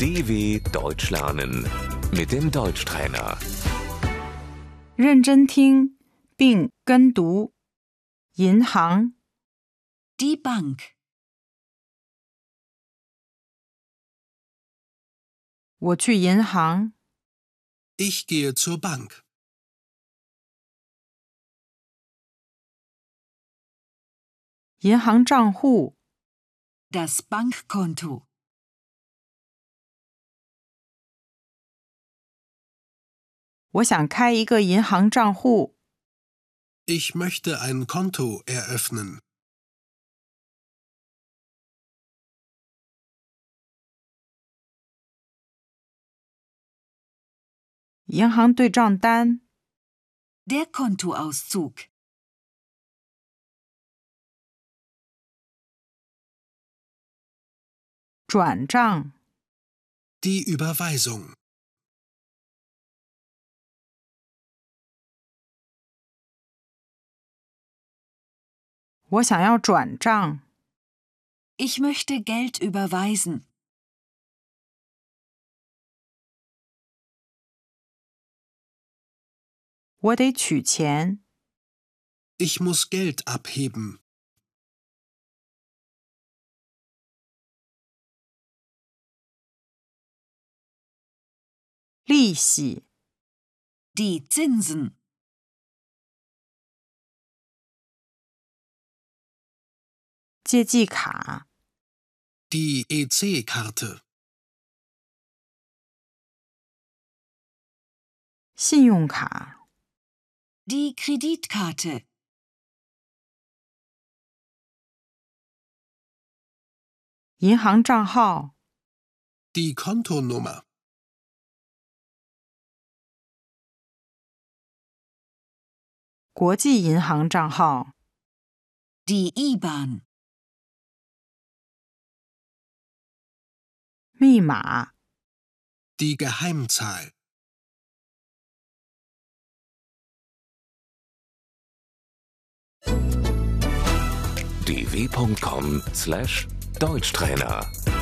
DW Deutsch lernen mit dem Deutschtrainer. 认真听并跟读。银行、 Die Bank. 我去银行。 Ich gehe zur Bank. 银行账户、 Das Bankkonto. 我想开一个银行账户。 Ich möchte ein Konto eröffnen. 银行对账单、 Der Kontoauszug. 转账、 Die Überweisung. 我想要转账、 Ich möchte Geld überweisen. 我得取钱。 Ich muss Geld abheben. 利息、 Die Zinsen. 借记卡、 Die E EC-Karte. 信用卡、 Die Kreditkarte. 银行账号、 Die Kontonummer. 国际银行账号、 Die IBAN. 密码。 Die Geheimzahl. dw.com/deutschtrainer